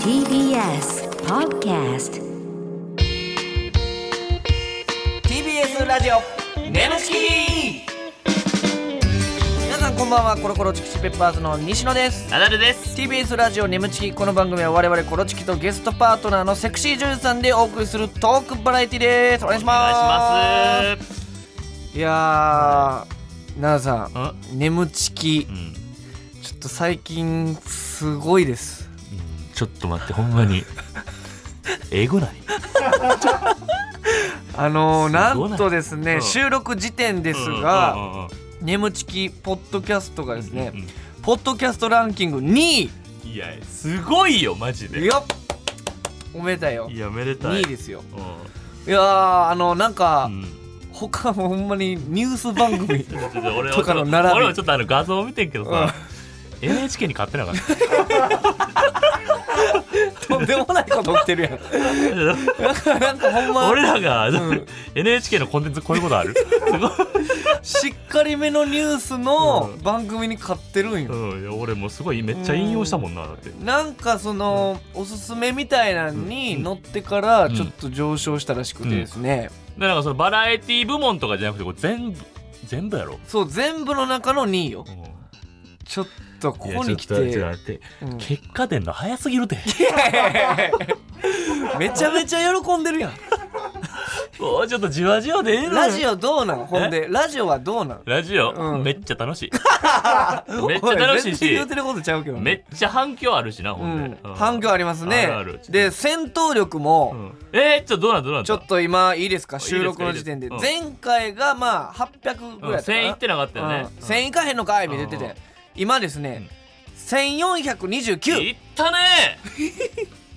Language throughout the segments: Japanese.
TBS Podcast TBS ラジオネムチキ皆さんこんばんはコロコロチキチキペッパーズの西野ですナダルです。 TBS ラジオネムチキこの番組は我々コロチキとゲストパートナーのセクシー女優さんでお送りするトークバラエティですお願いしおます願いします。いやー奈々さんん眠ちきうん、ちょっと最近すごいですちょっと待って、ほんまに。英語ない。あのー、なすごいんとですね、うん収録時点ですうんがうんうんうん、 「眠ちきポッドキャスト」がですね、うんポッドキャストランキング2位うんいや、すごいよ、マジで。よっおめでたいよいや、めでた2い。位ですよういやーあのなんか、んうん。他もほんまにニュース番 組ちょっと俺とはかちのょっ並びと俺もちょっとあの画像を見てんけどさ、NHK に買ってなかった。 とんでもないこと起きてるやんなんかなんかほんま俺らが、ん NHK のコンテンツこういうことあるしっかりめのニュースの番組に勝ってるんうよ、ん、いや俺もうすごいめっちゃ引用したもんな、だって。なんかその、おすすめみたいなのに乗ってからちょっと上昇したらしくてですね、でなんかそのバラエティ部門とかじゃなくて、これ全部、全部やろ。そう全部の中の2位ようんちょっとこいやこに来てちょっとちょっと待ってうん 結果出んの早すぎるてめちゃめちゃ喜んでるやん もうちょっとじわじわでええのラジオどうなんほんでラジオはどうなんラジオ、うんめっちゃ楽 しいめっちゃ楽しお全然いし言うてることちゃうけどめっちゃ反響あるしなうほんんで、、反響ありますねあるあるで戦闘力うもんえー、ちょっとどうなんどうなんちょっと今いいですかですか収録の時点でいいです前回がまあ800ぐうらいんだったか1000いなってなかったよね、うん1000いかへんのかいみたいな言ってうんて今ですね1429いった ね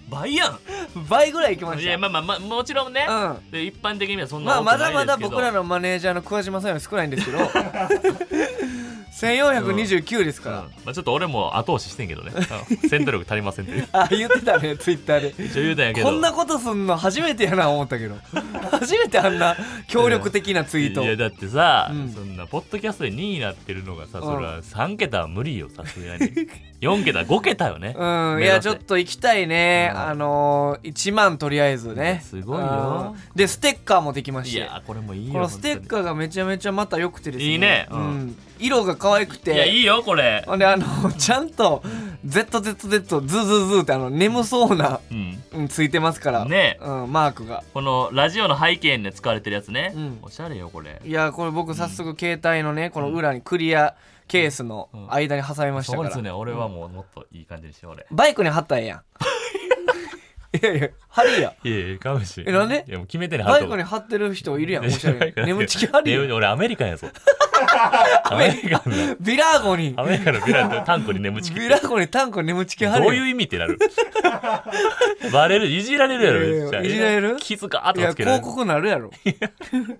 倍や倍ぐらいいきまんいしたやまあまあ、まあ、もちろんね、うんで一般的にはそんまなあ多くなまだいですけど、まだ僕らのマネージャーの桑島さんより少ないんです けど1429ですうんから、まあ、ちょっと俺も後押ししてんけどね うん戦闘力足りませんってあ言ってたねツイッターで一応言うたんやけどこんなことすんの初めてやな思ったけど初めてあんな協力的なツイートいやだってさ、うんそんなポッドキャストで2位になってるのがさ、それは3桁は無理よさすが に4桁5桁よね、うんい目指やちせょっと行きたいね、うんあのー、1万とりあえずねすごいようんでステッカーもできまいしてやこれもいいよこのステッーカーがめちゃめちゃまた良くてですねいいねううんん色が可愛くていやいいよこれほんであのちゃんと ZZZ ズズズってあの眠そうな、うんうん、ついてますからねうん、マークがこのラジオの背景に使われてるやつね、うんおしゃれよこれいやこれ僕早速携帯のねこの裏にクリアケースの間に挟みましたそかうら、ですね俺はもうもっといい感じにしよう俺バイクに貼ったらええ やんいやいや貼りやいやいやかもしえなんでいやもう決めてねバイクに貼ってる人い るやんおしゃれに眠ちき貼りやん俺アメリカ ンやぞアメリカンだビラーゴにアメリカのビラとタンクに眠ちきビラーゴにタンコ眠ちき貼りどやんういう意味ってなる バレるいじられるやいろやいやめっちゃいじられる傷があっいとやつけられ広る告なるやろいろんな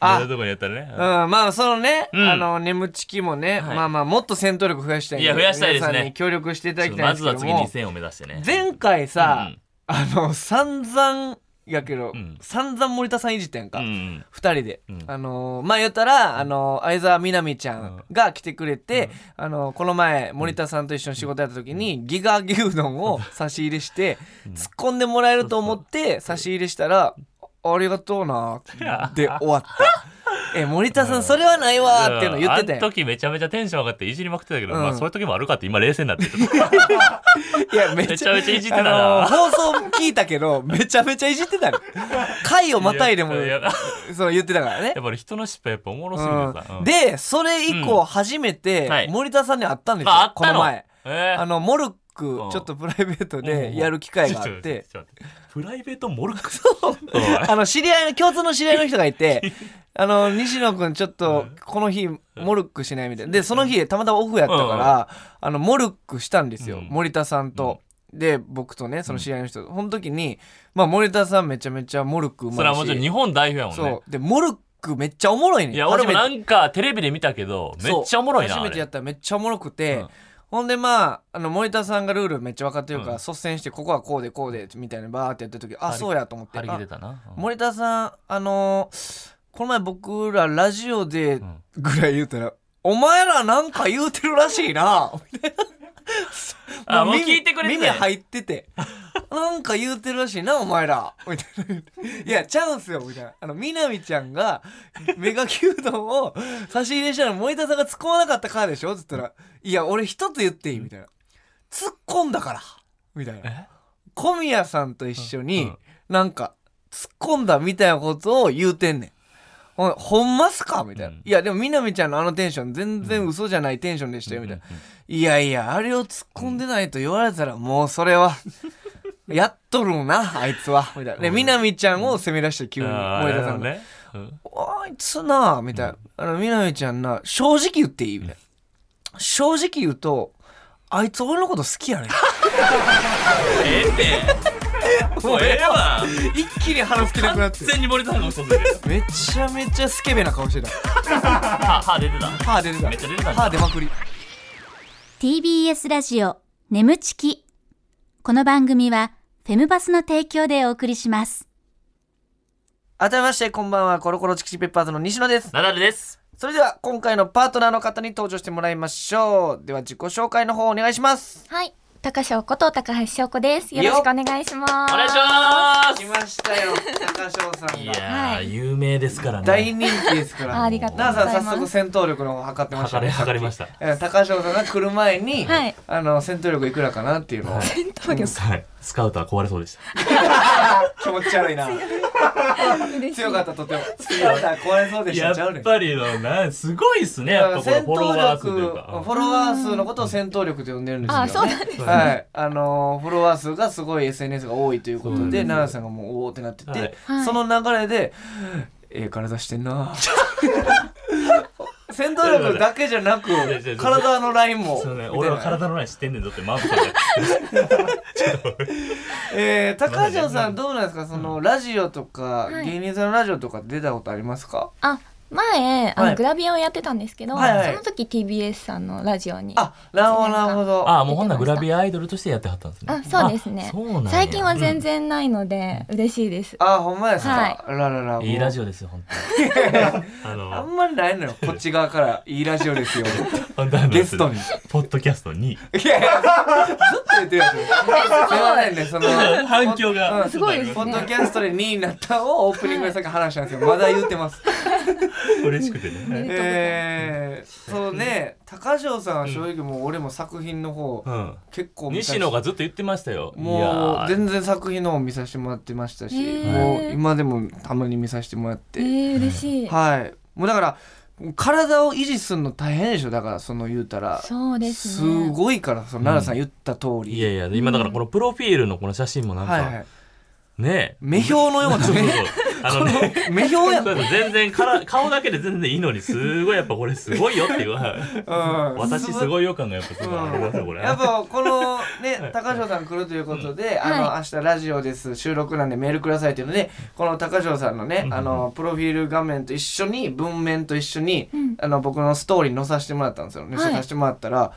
あとこにやったらうねん、まあそのね、うんあの眠ちきもね、はいまあまあもっと戦闘力増やしたいんいや増やしたいですね皆さんに協力していただちきょったといんまですずけどはも次2000を目指してね前回さ、うんあの散々やけど、うん散々森田さんいじったやんか、う二ん2人で、うんあのーまあ言ったら、あのー相沢みなみちゃんが来てくれて、あのーこの前森田さんと一緒に仕事やった時に、ギガ牛丼 を差し入れして、突っ込んでもらえると思って差し入れしたら「あありがとうな」で終わ った。え森田さんそれはないわーっていうの言ってたあやのん時めちゃめちゃテンション上がっていじりまくってたけど、うんまあそういう時もあるかって今冷静になってるいやめめちゃめちゃいじってたあなのー放送聞いたけどめちゃめちゃいじって たね回 をまたいでもやややっその言ってたからね。ぱり人の失敗やっぱおもろすぎてさ、う、うんんでそれ以降初めはてい森田さんに会ったんですよ、ああったこのの前えーあのモルックうんちょっとプライベートでやる機会があってちょっと待ってちょっと待ってプライベートモルックスあの知り合いの共通の知り合いの人がい てあの西野君ちょっとこの日モルックしないみたいなでその日たまたまオフやったから、あのモルックしたんですよ、うん森田さんと。で僕とねその知り合いの人、この時に、まあ、森田さんめちゃめちゃモルックうまいしそれはもちろん日本代表やもんねそうでモルックめっちゃおもろいねいや俺も初めてなんかテレビで見たけどめっちゃおもろいなそう初めてやっったらめっちゃおもろくて、うんほんでまああの森田さんがルールめっちゃ分かってるから、うん率先してここはこうでこうでみたいなバーってやった時あ張りそうやと思って張り切れあたな、うん森田さんあのーこの前僕らラジオでんぐらい言うたら、お前らなんか言うてるらしいなあもう耳聞いてくれて耳たんや入ってて なんか言うてるらしいなお前らみたいないやちゃうんすよみたいなあのみなみちゃんがメガ牛丼を差し入れしたら森田さんが突っ込まなかったからでしょっつったら「いや俺一つ言っていい」みたいな「突っ込んだから」みたいなえ小宮さんと一緒うにんなんか突っ込んだみたいなことを言うてんねん。ほんほんますかみたいな、うんいやでもみなみちゃんのあのテンション全然嘘じゃないテンションでしたよみたいな、いやいやあれを突っ込んでないと言われたらもうそれ はやっとるもんなあいつはみたいなでみなみちゃんを責め出して急にあー森田さんがなるほどねあいつなみたいな、あのみなみちゃんな正直言っていいみたいな正直言うとあいつ俺のこと好きやねんうん え えってもうええわ一気に腹吹きなくなって完全に森田さんが嘘ついてるめちゃめちゃスケベな顔してた歯歯出てた歯出てためっちゃ出てたんだ歯出まくり TBS ラジオ眠ちきこの番組はフェムバスの提供でお送りします改めましてこんばんはコロコロチキチキペッパーズの西野ですナダルですそれでは今回のパートナーの方に登場してもらいましょうでは自己紹介の方お願いしますはい、高翔こと高橋翔子です。よろしくお願いします。お願いします来ましたよ高翔さんいがやはー有名ですからね大人気ですからあありがとうござい奈ま々す。さん早速戦闘力の方測ってました測ねれ測れましたえー高翔さんが来る前に、はいあの戦闘力いくらかなっていうのを闘力はいスカウトは壊れそうでした気持ち悪いな強かったとても強かった壊れそうでしやたちゃうねっんぱりのなすごいっすねだかやっらぱこの戦フォロ闘ワー力数というかフォロワー数のことを戦闘力と呼んでるんですよ、あ、そうなんです。はい、あのーフォロワー数がすごい SNS が多いということそうなんでで、す奈良さんがもうおおってなってて、はいはいその流れで、ええ体してんなぁ戦闘力だけじゃなくいやいやいや、体のラインも。そうねみた俺いなは体のない知ってんねんぞってマウントされて えー、高橋さんどうなんですか、その、ラジオとか、はい芸人さんのラジオとか出たことありますかあ、前、あはいのグラビアをやってたんですけど、はいはいその時 TBS さんのラジオに。あ、なるほど、なるほど。ああもうほんならグラビアアイドルとしてやってはったんですねあそうですねあそうなんや最近はうん全然ないので、嬉しいです。あ、ほんまですか。はららら。いいラオ。ジオですよ、本 当に。ああの、んまりないのよ、 こっち側から、いいラジオ ですよ。本当あのゲストに。ポッドキャストに。いやいや、ずっと言ってるやつ。すいませんね、その。 反響うが。んすごいですポッドねキャストで2位になったをオープニングでさっき話したんですけど、まだ言うて ます。嬉しくてね。りがとうございますえー、そうね、高城さんは正直もう俺も作品の方、うん。結構見たし西野がずっと言ってましたよ。いやもうー全然作品の方見させてもらってましたし、へーもう今でもたまに見させてもらっえて、ー、嬉しい。はい。もうだから、体を維持するの大変でしょ、だからその言うたら。そうですすね。ごいから、その奈良さん言った通り。いやいや、今だからこのプロフィールのこの写真もなんはいはいか、。ねえ。目標のようなそうそうね そう。あ のね。目標やんそうそう全然から顔だけで全然いいのにすごいやっぱこれすごいよって いうわうん私すごいよ感がやっぱすごいありますよこれやっぱこのね高翔さん来るということで、あの明日ラジオです収録なんでメールくださいっていうのでこの高翔さんのね、うんあのプロフィール画面と一緒に文面と一緒に、うんあの僕のストーリー載させてもらったんですよ、ねはい載させてもらったら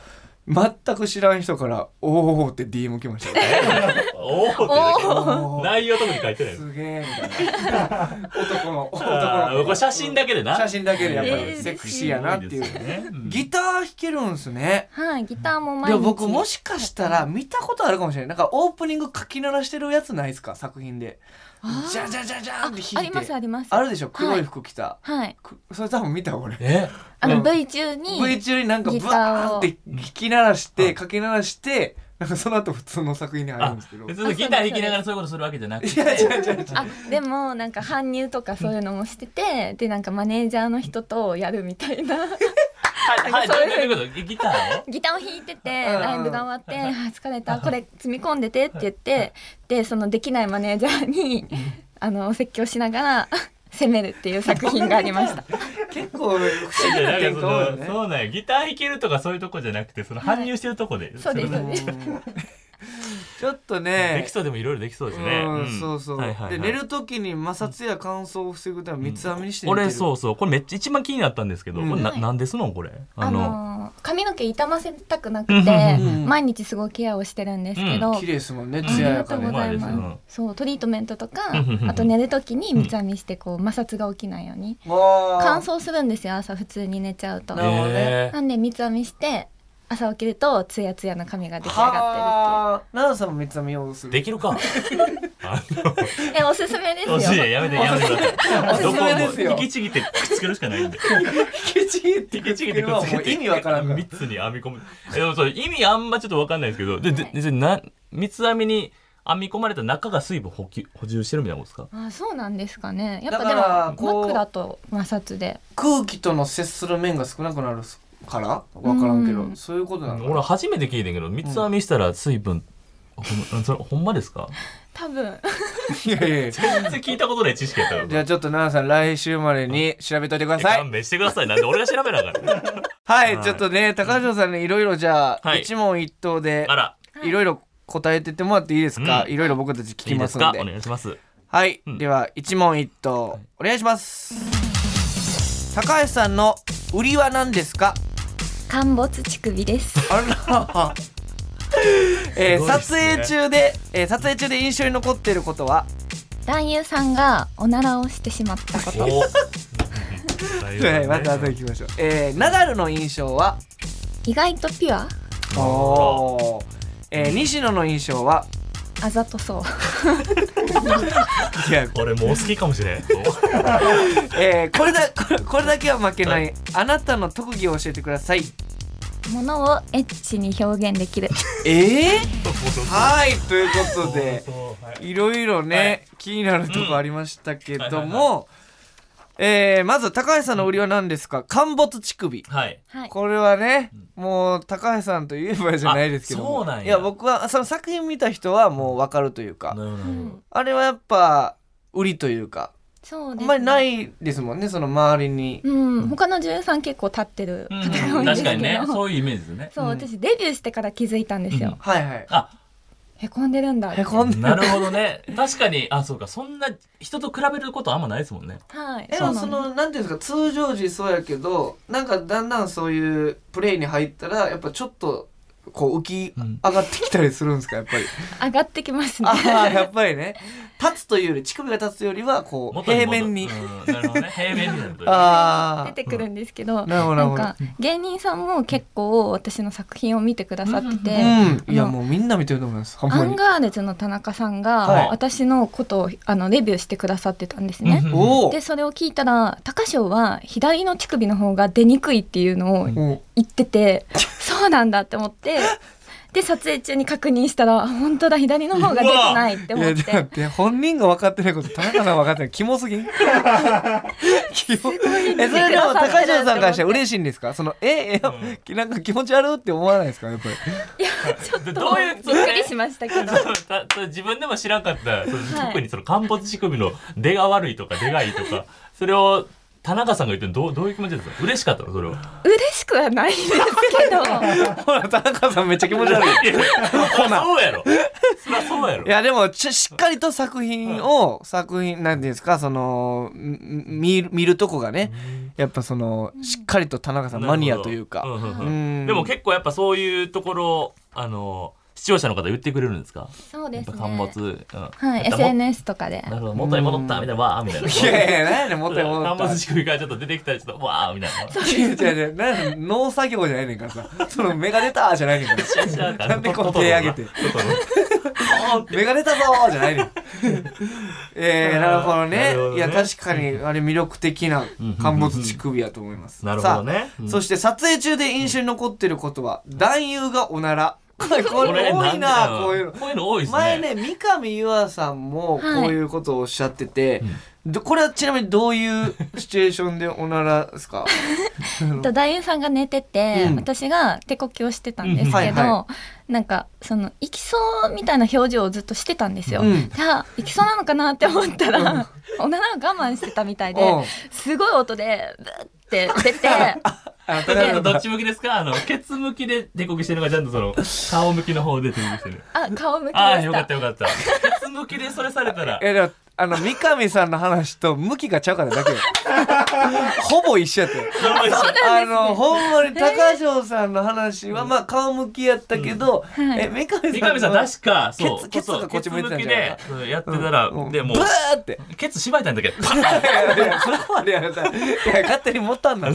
全く知らん人から「おお」って DM 来ま したよおおおー内容特に書いてないすげえみたいな男の男あーこれの写真だけでな写真だけでやっぱえりーセクシーやなっていう、すごですねうんギター弾けるんすねはい、ギターもい毎や日。僕もしかしたら見たことあるかもしれないなんかオープニング書き鳴らしてるやつないですか作品であーじゃじゃじゃじゃあんって弾いてありますあります。あるでしょ黒い服着た、はい。くそれ多分見た俺えあうのん V 中に。 V 中になんかブギターをワーって弾き鳴らしてうん書き鳴らしてなんかその後普通の作品に入るんですけど別にギター弾きながらそういうことするわけじゃなくいてや違う違う違うあでもなんか搬入とかそういうのもしててでなんかマネージャーの人とやるみたいなはいはいどそうういいううことギターをギターを弾いててうんライブが終わって「あー疲れたこれ積み込んでて」って言ってでそのできないマネージャーにあのお説教しながら 攻めるっていう作品がありました結構不思議いなや喧嘩多いなんかよ そのねそうなんやギター弾けるとかそういうとこじゃなくてその搬入してるとこでそうですれそうでですうん ちょっとでねきそうでもいろいろできそうですねうんんそうそう、はいはいはでい寝る時に摩擦や乾燥を防ぐために三つ編みにして寝てる、俺そうそうこれめっちゃ一番気になったんですけどうんこれなはいなんですのこれああののー髪の毛傷ませたくなくうんてうんうん毎日すごいケアをしてるんですけど、綺麗ですもんね、んあり艶やがとかうでござい艶やかでねます。そうトリートメントとかうんうんうんあと寝る時に三つ編みしてこう摩擦が起きないように乾乾燥するんですよ朝普通に寝ちゃうと。なるほどねえーなんで三つ編みして朝起きるとツヤツヤの髪が出来上がっはあ奈々さんもめっちゃ見ようとするできる かてるっていうえおすすめですよ惜しいやめてやめてくださいおどすこすめですよも引きちぎってくっつけるしかないんで引きちぎって引きちぎっくてるくのっはつけもうて意味わからん から密に編み込むえでもそれ意味あんまちょっとわかんないですけどでででな三つ編みに編み込まれた中が水分補給補充してるみたいなことですかあそうなんですかねやっだからぱでこうも枕と摩擦で空気との接する面が少なくなるからわからんけどうんそういうことな のか俺初めて聞いてんけど三つ編みしたら水分、ほんそれほんまですか多分いやいやいや全然聞いたことない知識やったじゃあちょっと奈々さん来週までに調べといてください勘弁してくださいなんで俺が調べなあかんはい、はいちょっとね高橋さんにいろいろじゃあ、はい一問一答であらいろいろ答えてってもらっていいですか、うんいろいろ僕たち聞いきいまですすんかでお願いしますはい、うんでは一問一答お願いします、高橋さんの売りは何ですか 陥没乳首ですあらえーすごいっ撮すね影中で、えー撮影中で印象に残っていることは男優さんがおならをしてしまったことおはいまた後で聞きましょう、えーナダルの印象は意外とピュアおおー、えー西野の印象はあざとそういや俺もう好きかもしれん えーこれだこれこれだけは負けない、あなたの特技を教えてくださいものをエッチに表現できるえはいということではいいろいろね、はい気になるとこありましたけどうんはいはいもえーまず高橋さんの売りは何ですか陥没乳首はいはいこれはね、もう高橋さんといえばじゃないですけどもあそうなんやいや僕はその作品見た人はもう分かるというか、なるほどなるほどあれはやっぱ売りというかそうあです、んまりないですもんねその周りにうん、他の女優さん結構立ってるうん方が多いんです確かけど、に ねそういうイメージですねそう、私デビューしてから気づいたんですよ、はいはいあへこんでるんだへこんでるなるほどね確かにあそうかそんな人と比べることあんまないですもんねはいでそもうなんですそのなんていうんですか通常時そうやけどなんかだんだんそういうプレイに入ったらやっぱちょっとこう浮きうん上がってきたりするんですかやっぱり上がってきますねああやっぱりね立つというより乳首が立つよりはこう元平戻面にうんなるほどね平面になるというああ出てくるんですけど、なるほどななるんほどか芸人さんも結構私の作品を見てくださってて、うんいやあのもうみんな見てると思いますほんアまンにガールズの田中さんはいが私のことをあのレビューしてくださってたんですね。うんおでそれを聞いたら高翔は左の乳首の方が出にくいっていうのを言おっ てて、そうなんだって思ってで撮影中に確認したらあ本当だ左の方が出てないってい思っやてだって本人が分かってないこと田中さんが分かってないキモすぎんキモえそれでも高橋さんからしたら嬉しいんですかそのええなんか気持ち悪いって思わないですかやっぱりでどういうびっくりしましたけど たた自分でも知らんかったそのはい特にその陥没仕組みの出が悪いとか出がいいとかそれを田中さんが言ってるのどうどういう気持ちですか嬉しかったのそれを嬉しくはないですけ どほら田中さんめっちゃ気持ち悪い。そら そうやろそりゃそうやろいやでもちしっかりと作品を作品なんていうんですかそのんん見る見るとこがねやっぱそのしっかりと田中さんマニアというなるか。ほどううんうんうんんでも結構やっぱそういうところあの視聴者の方言ってくれるんですかそうやでっすぱ陥ね没、うんはい SNS とかでなるほど元に戻ったみたいなわあみたいないやいや何やねんもっとも陥っと。没仕組みからちょっと出てきたらちょっとわあみたいな違う違う違うなんや農作業じゃないねんからさその芽が出たじゃないねんからなんでこう手上げて芽が出たぞーじゃ ないねんえー、なるほどねなるほどねいや確かにあれ魅力的な陥没乳首やと思いますなるほさあどね。うんそして撮影中で印象に残ってることは、男優がおなら。これこれ多いな、こういうの。こういうの多いですね。前ね、三上優愛さんもこういうことをおっしゃってて、どこれはちなみにどういうシチュエーションでおならです かえっと男優さんが寝てて、うん私が手呼吸をしてたんですけど、うんはいはなんかその行きそうみたいな表情をずっとしてたんですよ。うんじゃあ行きそうなのかなって思ったら、おならを我慢してたみたいで、うんすごい音でブーって出てあ例えばどのっち向きですかあの、ケツ向きで手こきしてるのか、ちゃんとその、顔向きの方で手こきしてる。あ顔向きでああ、しよかった た。よかった。ケツ向きでそれされたら、え、でもあの三上さんの話と向きがちゃうから だけよほぼ一緒やったよあのほんまに高城さんの話はまあ顔向きやったけど、え三上三さん上さん確かそケツうケツがこっち向いてたんじゃないケツ向きでうんやってたらうんでもブー ってうケツ縛いたん だけどパいッやいやいやそこまでやられたらいや勝手に持ったんだ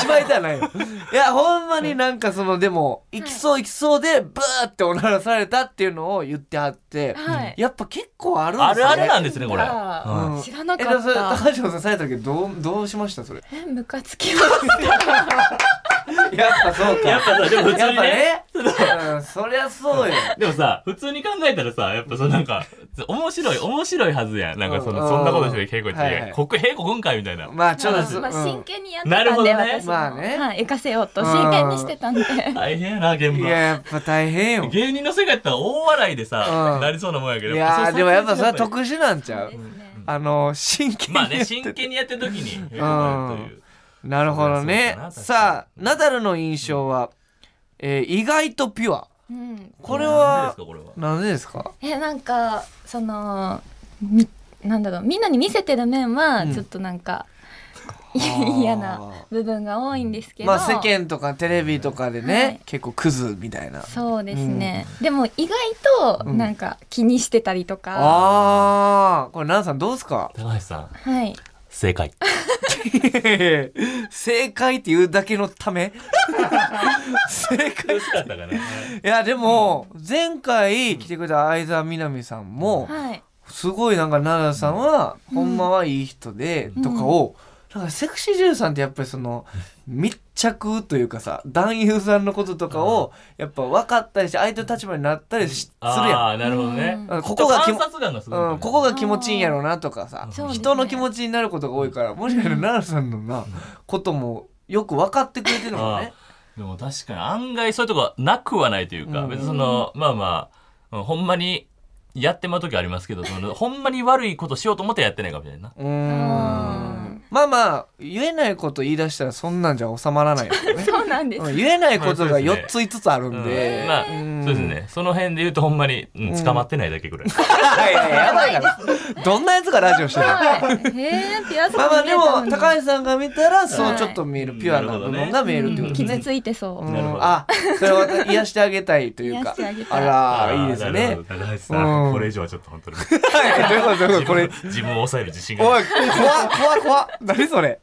芝居ではないよいやほんまになんかそのでも行きそう行きそうでブーっておならされたっていうのを言ってはって、はいやっぱ結構あるんですあねるあるなんですねこれあうんー知らなかえでもそれった高橋さんされた時どうどうしましたそれえムカつきますやっぱそうかやっぱさでも普通やっにぱねねうんそりゃそうよ でもさ普通に考えたらさやっぱそのなんか面白い面白いはずやんなんかそうんのそんなことして稽古はいはいってここ稽古くんかいみたいなまあちょっとまあうん真剣にやってなるたほんどでね私もまあねはい行かせようと真剣にしてたんで大変やな現いや場やっぱ大変よ芸人の世界ってのは大笑いでうさんなりそうなもんやけどいやーでもやっぱそれは得特殊なんちゃうあの真剣にまあね真剣にやってる時にんやるというなるほどねそうかな確かにさあナダルの印象は、えー意外とピュアうんこれ何ではすかこれはなんでですかえなんかそのみなんだろうみんなに見せてる面はうんちょっとなんか、ー嫌な部分が多いんですけど、まあ世間とかテレビとかでね、はい結構クズみたいなそうですね、でも意外とうんなんか気にしてたりとか、ああーこれナダルさんどうですか 高橋さんはい 正解正解っていうだけのた め正解惜しかったかないやでも前回来てくれた相沢みなみさんも、はいすごいなんか奈良さんは、ほんまはいい人で、とかを、なんかセクシー女優さんってやっぱりその密着というかさ男優さんのこととかをやっぱ分かったりして相手の立場になったりしするやあーなるほどねんうんここがき観も察眼がすごいねうん、ここが気持ちいいんやろうなとかさ、そうですね人の気持ちになることが多いからもしかしたら奈良さんのなこともよく分かってくれてるのもね。でも確かに案外そういうとこなくはないというか、うん別にそのまあまあうんほんまにやってまう時ありますけどそのほんまに悪いことしようと思ってやってないかみたいな。うーんまあまあ言えないこと言い出したらそんなんじゃ収まらないですよねそうな んです、うん言えないことがまあそうですね4つ5つあるうんんで、まあうんそうですねその辺で言うとほんまに、うん捕まってないだけぐらい。いやいややばいからどんなやつがラジオしてるのはいへえピアスまあまあでたのもに高橋さんが見たらそはういちょっと見えるピュアな部分が見えるってことです傷ね。ついてそう、うんなるほどあそれは癒してあげたいというか癒してあげたいあらいいですなるねほ。ど高橋さうんんこれ以上はちょっと本当にはいどういうことどういう ことこれ自分を抑える自信がおないい怖っ怖っ怖っ何それ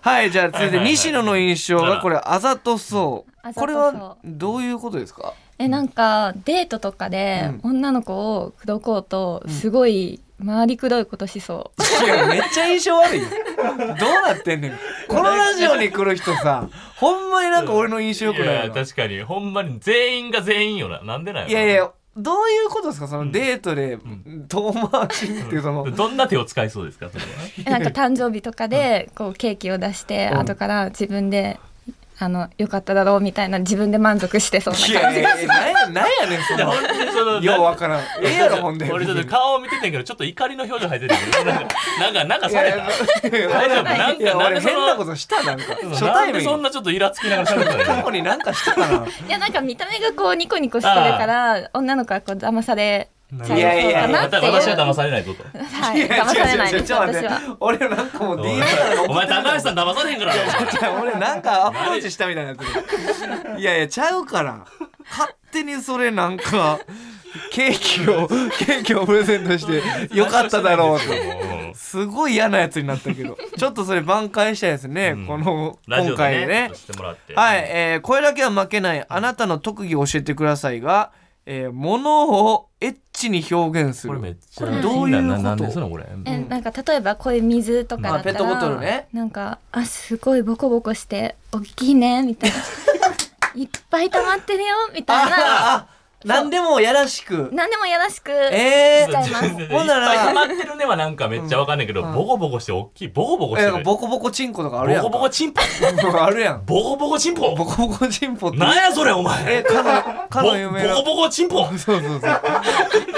はいじゃあ続いて西野の印象がこれあざとそうあざことそうれはどういうことですかえなんかデートとかで女の子を口説こうとすごい回りくどいことしそう、いやめっちゃ印象悪いよどうなってんねんこのラジオに来る人さほんまになんか俺の印象良くいないやよな確かにほんまに全員が全員よななんでなんいやいやどういうことですかそのデートでん遠回しっていうその、どんな手を使いそうですかそれは え なんか誕生日とかでこうケーキを出してうん後から自分であのよかっただろうみたいな自分で満足してそうない感やいやいじやなんやなんやねんそいやの本当にそのようわからんええやろほんで俺ちょっと顔を見ててんけどちょっと怒りの表情入ってるけどなんかなんかなんかいさやれい たやいや大丈夫ななんかんかいやなん俺でその変なことしたなんか初な対んで面そんなちょっとイラつきながら喋ってた過の去になんかしてたないやなんか見た目がこうニコニコしてるから女の子はこう騙されちゃいやいいそうやかいやなっていう私は騙されないぞとはい騙されないです私は俺なんかもう DM お前高橋さん騙されへんからいや俺なんかアプローチしたみたいになってるいやいやちゃうから勝手にそれなんかケーキをケーキをプレゼントしてよかっただろうとてすごい嫌なやつになったけ どちょっとそれ挽回したいですね、んこのラジ今オで回ねねちょっとしてもらってはい、えーこれだけは負けないあなたの特技を教えてくださいが、えー、物をエッチに表現すこるれめっちゃこれどういうことななんですのこれえなんか例えばこういう水とかだったら、まあペットボトルねなんかあすごいボコボコして大きいねみ たいないっぱい溜まってるよみたい あなあ何でもやらしく何でもやらしくえしちゃいますいっほんならぱい溜まってるねはなんかめっちゃわかんないけどうんボコボコして大きいボコボコしてー、るえボコボコチンコとかあるボやんコボコチンポコあるやんボコボコチンポボコボコチンポって。なんやそれおえ、前かの、ボかの有名な。コボコチンポ そうそうそう。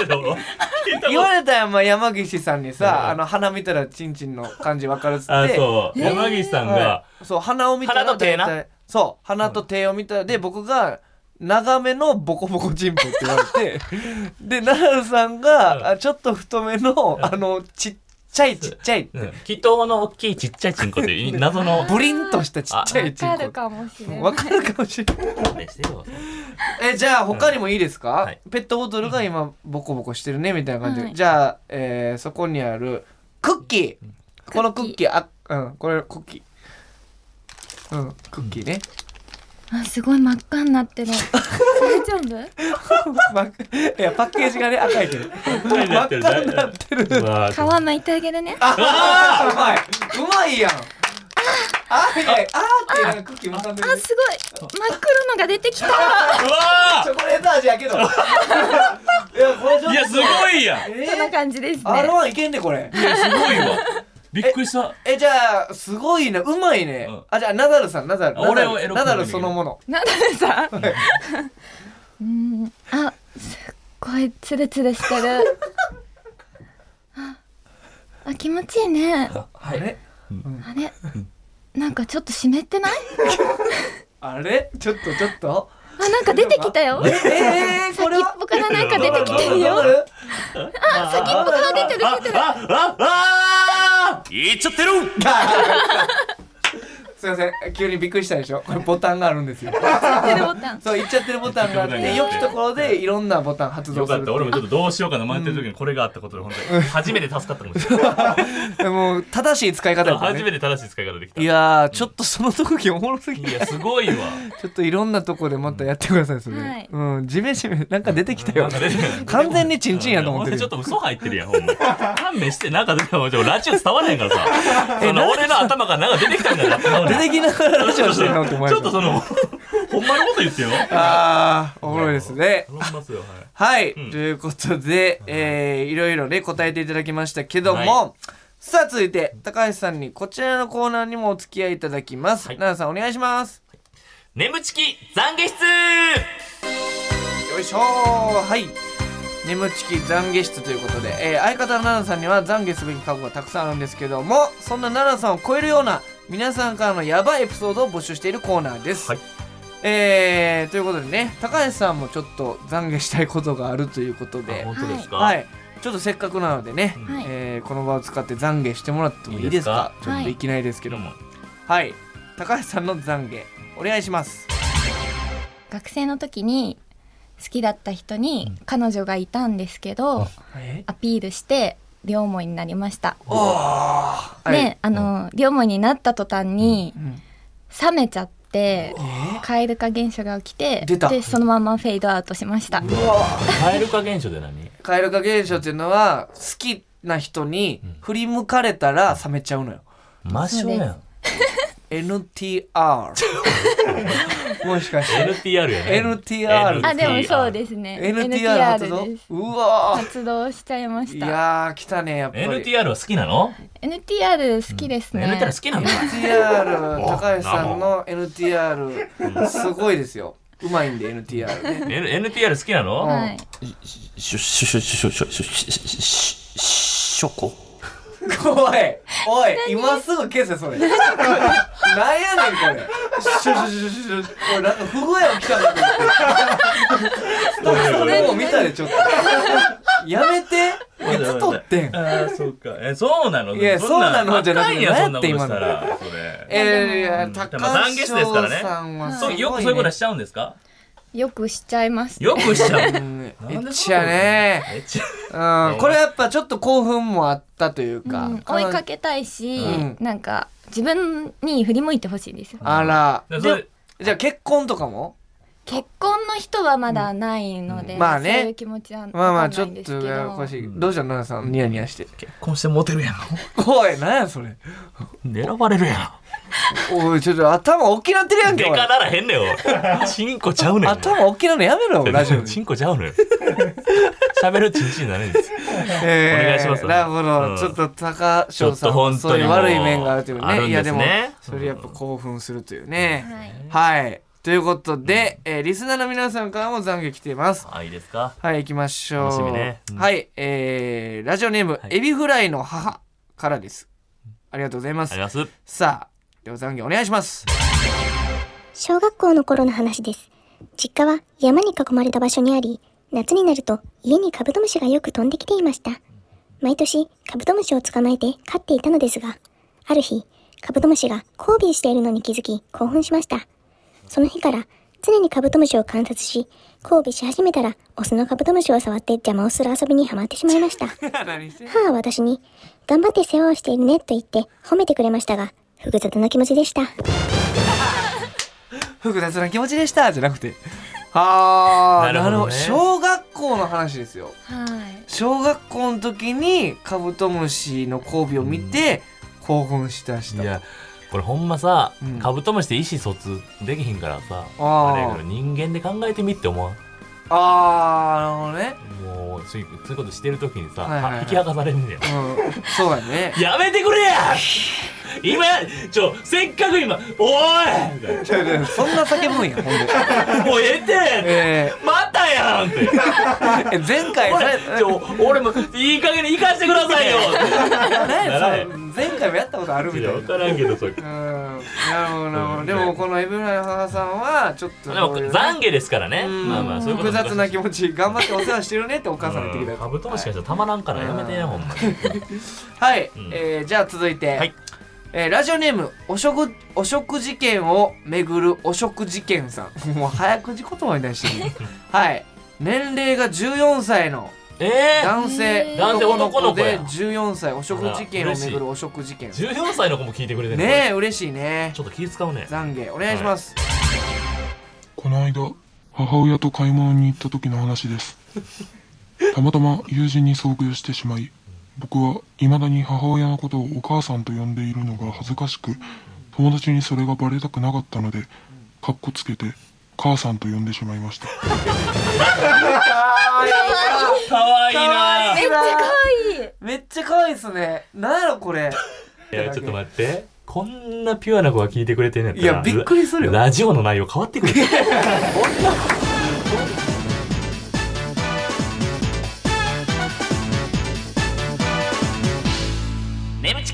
言言われたやん、まあ、山岸さんにうさ、んあの、鼻見たらチンチンの感じわかるっつって。あそう山岸さんがはいそう、鼻を見たら。鼻と手な大体そう、鼻と手を見たら、で、僕が、長めのボコボコチンポって言わ れてで奈良さんがあちょっと太めのあのちっちゃいちっちゃいってうん祈祷の大きいちっちゃいチンコっていう 謎のブリンとしたちっちゃいチわかンるコかもしれなわい。かるかもしれないしてよえじゃあ他にもいいですか、はいペットボトルが今ボコボコしてるねみたいな感じで、はいじゃあ、えーそこにあるクッキーこのクッキーあうんこれクッキーうんクッキーね、あすごい真っ赤になってる。大丈夫？ま いやパッケージがね赤いけど赤に真なっって赤るになってるうわー皮剥いてあげるね。ああーうまいうまいやんあーいやいやあーってなんかクッキー挟んでるすごい真っ黒のが出てきた。うわチョコレート味やけどいやこれちょーっいやすごいやんといえそんなー、感じですね。 R1 いけんねこれやすごいわびっくりしたえじゃあすごいねうまいね、うんあじゃあナダルさんナダルあ俺をナダエロルくナダ見ルるそのものなんでさ。うん。あすっごいツルツルしてる。 ああ気持ちいいね。あれあれなんかちょっと湿ってない？あれちょっとちょっとあなんか出てきた よ。ええー、先こっれはぽからなんか出てきてる ナダよ。ルあ先っぽから出てる出てる。ああああ言っちゃってるすいません急にびっくりしたでしょこれボタンがあるんですよ出てるボタン。そう言っちゃってるボタンがあっ言ってち良ゃってきるところでいろんなボタン発動よするっかってたいう俺もちょっとどうしようかな迷ってる時にこれがあったことで本当に初めて助かったかもしれ ないもう正しい使い方やった初めねて正しい使い方できたいやーちょっとその特技おもろすぎいてやすごいわちょっといろんなとこでまたやってくださいそれ、はいうんジメジメなんか出てきたよ、なんか出てきた完全にチンチンやと思ってる俺ちょよっと嘘入ってるやんほんま勘弁してなんか出てもラジオ伝わらへんか らさその俺の頭からなんか出てきたんだな出てきながらラジオしてんのって思わちれょたっとそのほんまのこと言ってよあーおもろいですね頼みますよははいい、んということで、えーいろいろね答えていただきましたけども、はさあ続いて高橋さんにこちらのコーナーにもお付き合いいただきます、はい奈良さんお願いします眠ちき懺悔室よいしょーはい眠ちき懺悔室ということで、えー相方の奈良さんには懺悔すべき過去がたくさんあるんですけどもそんな奈良さんを超えるような皆さんからのヤバいエピソードを募集しているコーナーです、はいえーということでね高橋さんもちょっと懺悔したいことがあるということであ本当ですかはい、ちょっとせっかくなのでね、はいえーこの場を使って懺悔してもらってもいいですかいちょっといきなりですけけどどももはい、高橋さんの懺悔お願いします学生の時に好きだった人に彼女がいたんですけど、えアピールして両思いになりました。おーはいで、あの両思いになった途端にうん冷めちゃってえー蛙化現象が起きて出たでそのままフェードアウトしました。うわ蛙化現象で何蛙化現象っていうのは好きな人に振り向かれたら冷めちゃうのよ魔性やん NTR もしかして NTR やね NTR あでもそうですね。 NTR 発動です。うわー活動しちゃいましいた。やー来たねやっぱり NTR は好きなの NTR 好きですね。 NTR 好きなの NTR お高橋さんの NTR すごいですようまいんで NTR ね NTR 好きなのはい。しょしょしょしょしょしょしょししょこおいおい今すぐ消せそれなんやねんこれシュシュシュシュシュおいなんか不具合起きたんだけどそれも見たでちょっとやめていつ撮ってんああそうかえそうなのいやそうなのじゃなくてあかんやんそん何やっなこてと今のしたらそれえー、で高も懺橋悔室ですからねさんはすごそうい、ね、よくそういうことしちゃうんですかよくしちゃいます。よくしち ゃううんエッチやねえちうんこれやっぱちょっと興奮もあったというか、うん追いかけたいし、うんなんか自分に振り向いてほしいですよあらでそれじゃあ結婚とかも結婚の人はまだないので、うんまあねそういう気持ちはわまあまかあんちなょいっんですとけややこしどいどうしたの奈々さんニヤニヤして結婚してモテるやんおい何やそれ狙われるやんおいちょっと頭大きなってるやんでけおかいならへんねんおいチンコちゃうねん頭大きなのやめろよラジオでチンコちゃうのよ喋るチンチンになるんですえーお願いしますなるほど、うんちょっと高ちょ翔っさんと本そう当いにうもう悪い面があるというねあるんですねいやでもうんそれやっぱ興奮するというね、はいはい、ということで、えーリスナーの皆さんからも懺悔来ていますあいいですかはい行きましょう楽しみねうんはいえー、ラジオネーム、はいエビフライの母からですありがとうございまあすりますさあでは懺悔お願いします小学校の頃の話です。実家は山に囲まれた場所にあり、夏になると家にカブトムシがよく飛んできていました。毎年カブトムシを捕まえて飼っていたのですが、ある日、カブトムシが交尾しているのに気づき興奮しました。その日から常にカブトムシを観察し、交尾し始めたらオスのカブトムシを触って邪魔をする遊びにはまってしまいました。 何してんの母は私に、頑張って世話をしているねと言って褒めてくれましたが、複雑な気持ちでした。複雑な気持ちでしたじゃな くてはあなるほどね小学校の話ですよはい小学校の時にカブトムシの交尾を見て興奮したしいたやこれほんまさ、うんカブトムシって意思疎通できひんからさあーあれやけど人間で考えてみって思わんあーなるもうそういうそういうことしてる時にさ、はいはいはい引き剥がされんねんほどねうんそうやねやめてくれや今ちょせっかく今「おい!みたいいやいやそんな叫ぶんやほん でな」もうええってえまたやん!」ってーえ前「回おいちょ俺もいい加減に行かしてくださいよ!」それ何やならへんそれ前回もやったことあるみいたやいな分からんけどそれうんなるほどなるほどでもこのエブラの母さんはちょっとでもそういうね懺悔ですからねうんまあまあそういうこと複雑な気持ち頑張ってお世話してるねってお母さんが言ってきたカブトムシかしたらたまらんからやめてやほんまにはい、うんえーじゃあ続いて、はいえーラジオネームお食お食事件をめぐるお食事件さん もう早口言葉に対して るはい年齢が14歳のえー、男性へー男性男の子でや14歳お食事件をめぐるお食事件14歳の子も聞いてくれてんのねえ嬉しいねちょっと気使うね懺悔お願いします、この間、母親と買い物に行った時の話です。たまたま友人に遭遇してしまい、僕は未だに母親のことをお母さんと呼んでいるのが恥ずかしく、友達にそれがバレたくなかったので、かっこつけて、母さんと呼んでしまいました。かわいいかわないいめっちゃ可愛いめっちゃ可愛いっすねなんやろこれいやちょっと待ってこんなピュアな子が聞いてくれてんねやったらいやびっくりするよララジオの内容変わってくる眠ち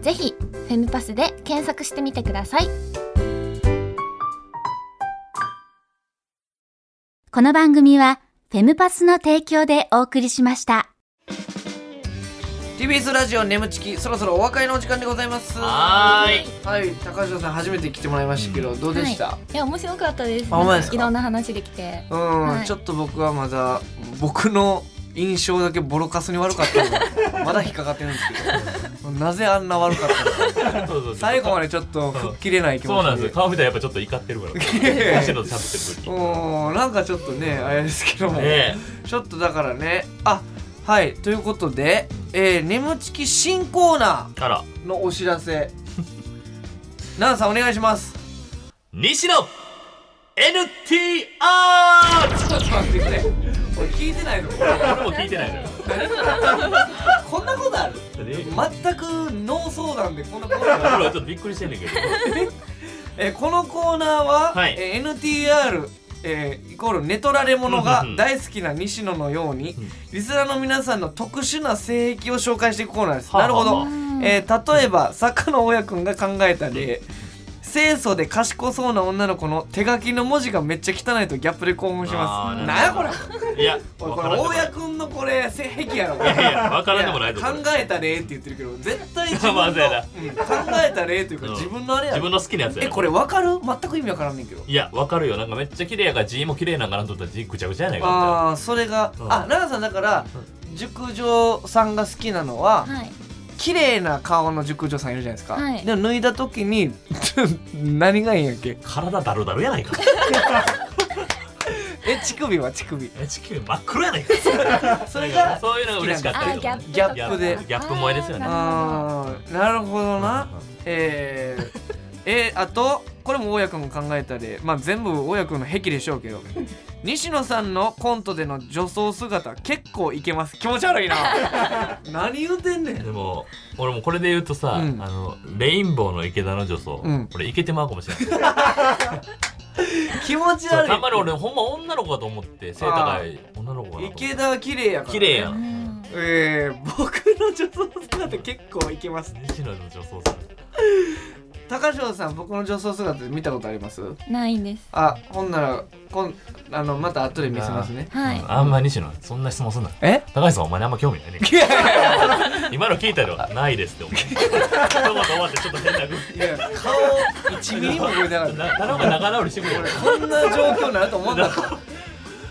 ぜひフェムパスで検索してみてくださいこの番組はフェムパスの提供でお送りしました。 TBS ラジオ眠ちきそろそろお別れのお時間でございますはーいはい高城さん初めて来てもらいましたけど、どうでした、いや面白かったですあほんまですかいろんな話できてうん、はいちょっと僕はまだ僕の印象だけボロカスに悪かったの がまだ引っかかってるんですけどなぜあんな悪かったのかそうそう最後までちょっと吹っ切れない気持ちそうなんですよ顔見たらやっぱちょっと怒って るからえ星野と喋ってる時うんなんかちょっとねあれですけども、ねちょっとだからねあはいということで「えー、眠ちき新コーナえあらー」のお知ら せナンさんお願いします西野ちょっ NTR と待ってくれ俺聞いてないぞ俺も聞いてないのよこんなことある全く脳相談でこんなことある俺はちょっとびっくりしてんねんけどえーこのコーナーは、はいえー NTR えーイコール寝取られ者がうんうんうん大好きな西野のようにんリスナーの皆さんの特殊な性癖を紹介していくコーナーです、はあなるほど、はあえー例えば作家の親くんが考えた例清楚で賢そうな女の子の手書きの文字がめっちゃ汚いとギャップで興奮しまあすーなんやこれいやおいわこかれらんでも大ない家くんのこれ性癖やろいやいやわからんでもないいぞやこれ考えた例って言ってるけど絶対自分まの、あうん、そう考やなえた例というかうん自分のあれや自ろ分の好きなやつやえこれわかる全く意味わからんねんけどいやわかるよなんかめっちゃ綺麗やから字も綺麗なんかなと思ったら字ぐちゃぐちゃやないかああそれがうんあ奈良さんだから熟女さんが好きなのははい綺麗な顔の熟女さんいるじゃないですか、はいでも脱いだ時に 何がいいんやっけみたいな体だるだるやないかえ乳首は乳首え地球真っ黒やない かそれがそういうのが嬉しかったあギャップギャップでギャップ萌えですよねあーなるほどなえー、えあとこれも大家君が考えたで、まあ、全部大家君の癖でしょうけど西野さんのコントでの女装姿結構いけます気持ち悪いな 何言うてんねでんも俺もこれで言うとさ、うんあのレインボーの池田の女装、うんこれイケてまうかもしれない気持ちそう悪たまにい俺ほんま女の子かと思って背高い女の子かなと思って池田は綺麗やから綺麗やんんえー、僕の女装姿結構いけます西野の女装高翔さん僕の女装姿見たことありますないんですあほんならこんあのまた後で見せますねはい、あんま西野そんな質問すんなえ高橋さんお前にあんま興味ないねんいやいやいや今の聞いたらないですって思う一言終わってちょっと変ない空や顔1ミリも覚えてなかっ気たな頼む仲直りしてくれ俺こんな状況になると思わなかった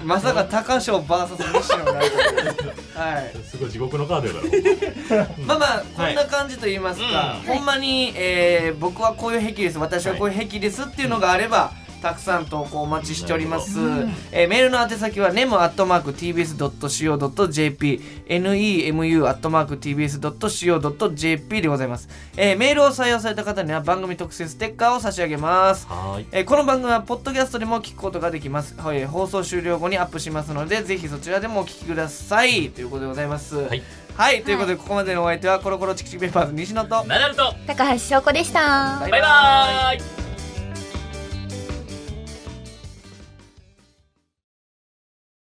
まさか高翔 VS 西野になるとははいすごい地獄のカードやからまあまあこんな感じと言いますか、はほんまに、えー僕はこういう癖です私はこういう癖ですっていうのがあれば、たくさん投稿お待ちしております、えーメールの宛先は nemu.tbs.co.jp nemu.tbs.co.jp でございます、えーメールを採用された方には番組特製ステッカーを差し上げますはーい、えーこの番組はポッドキャストでも聞くことができます、はい、放送終了後にアップしますのでぜひそちらでもお聞きくださいということでございますはいはい、ということでここまでのお相手はコロコロチキチキペッパーズ西野とナダルと高橋翔子でしたババイバーイ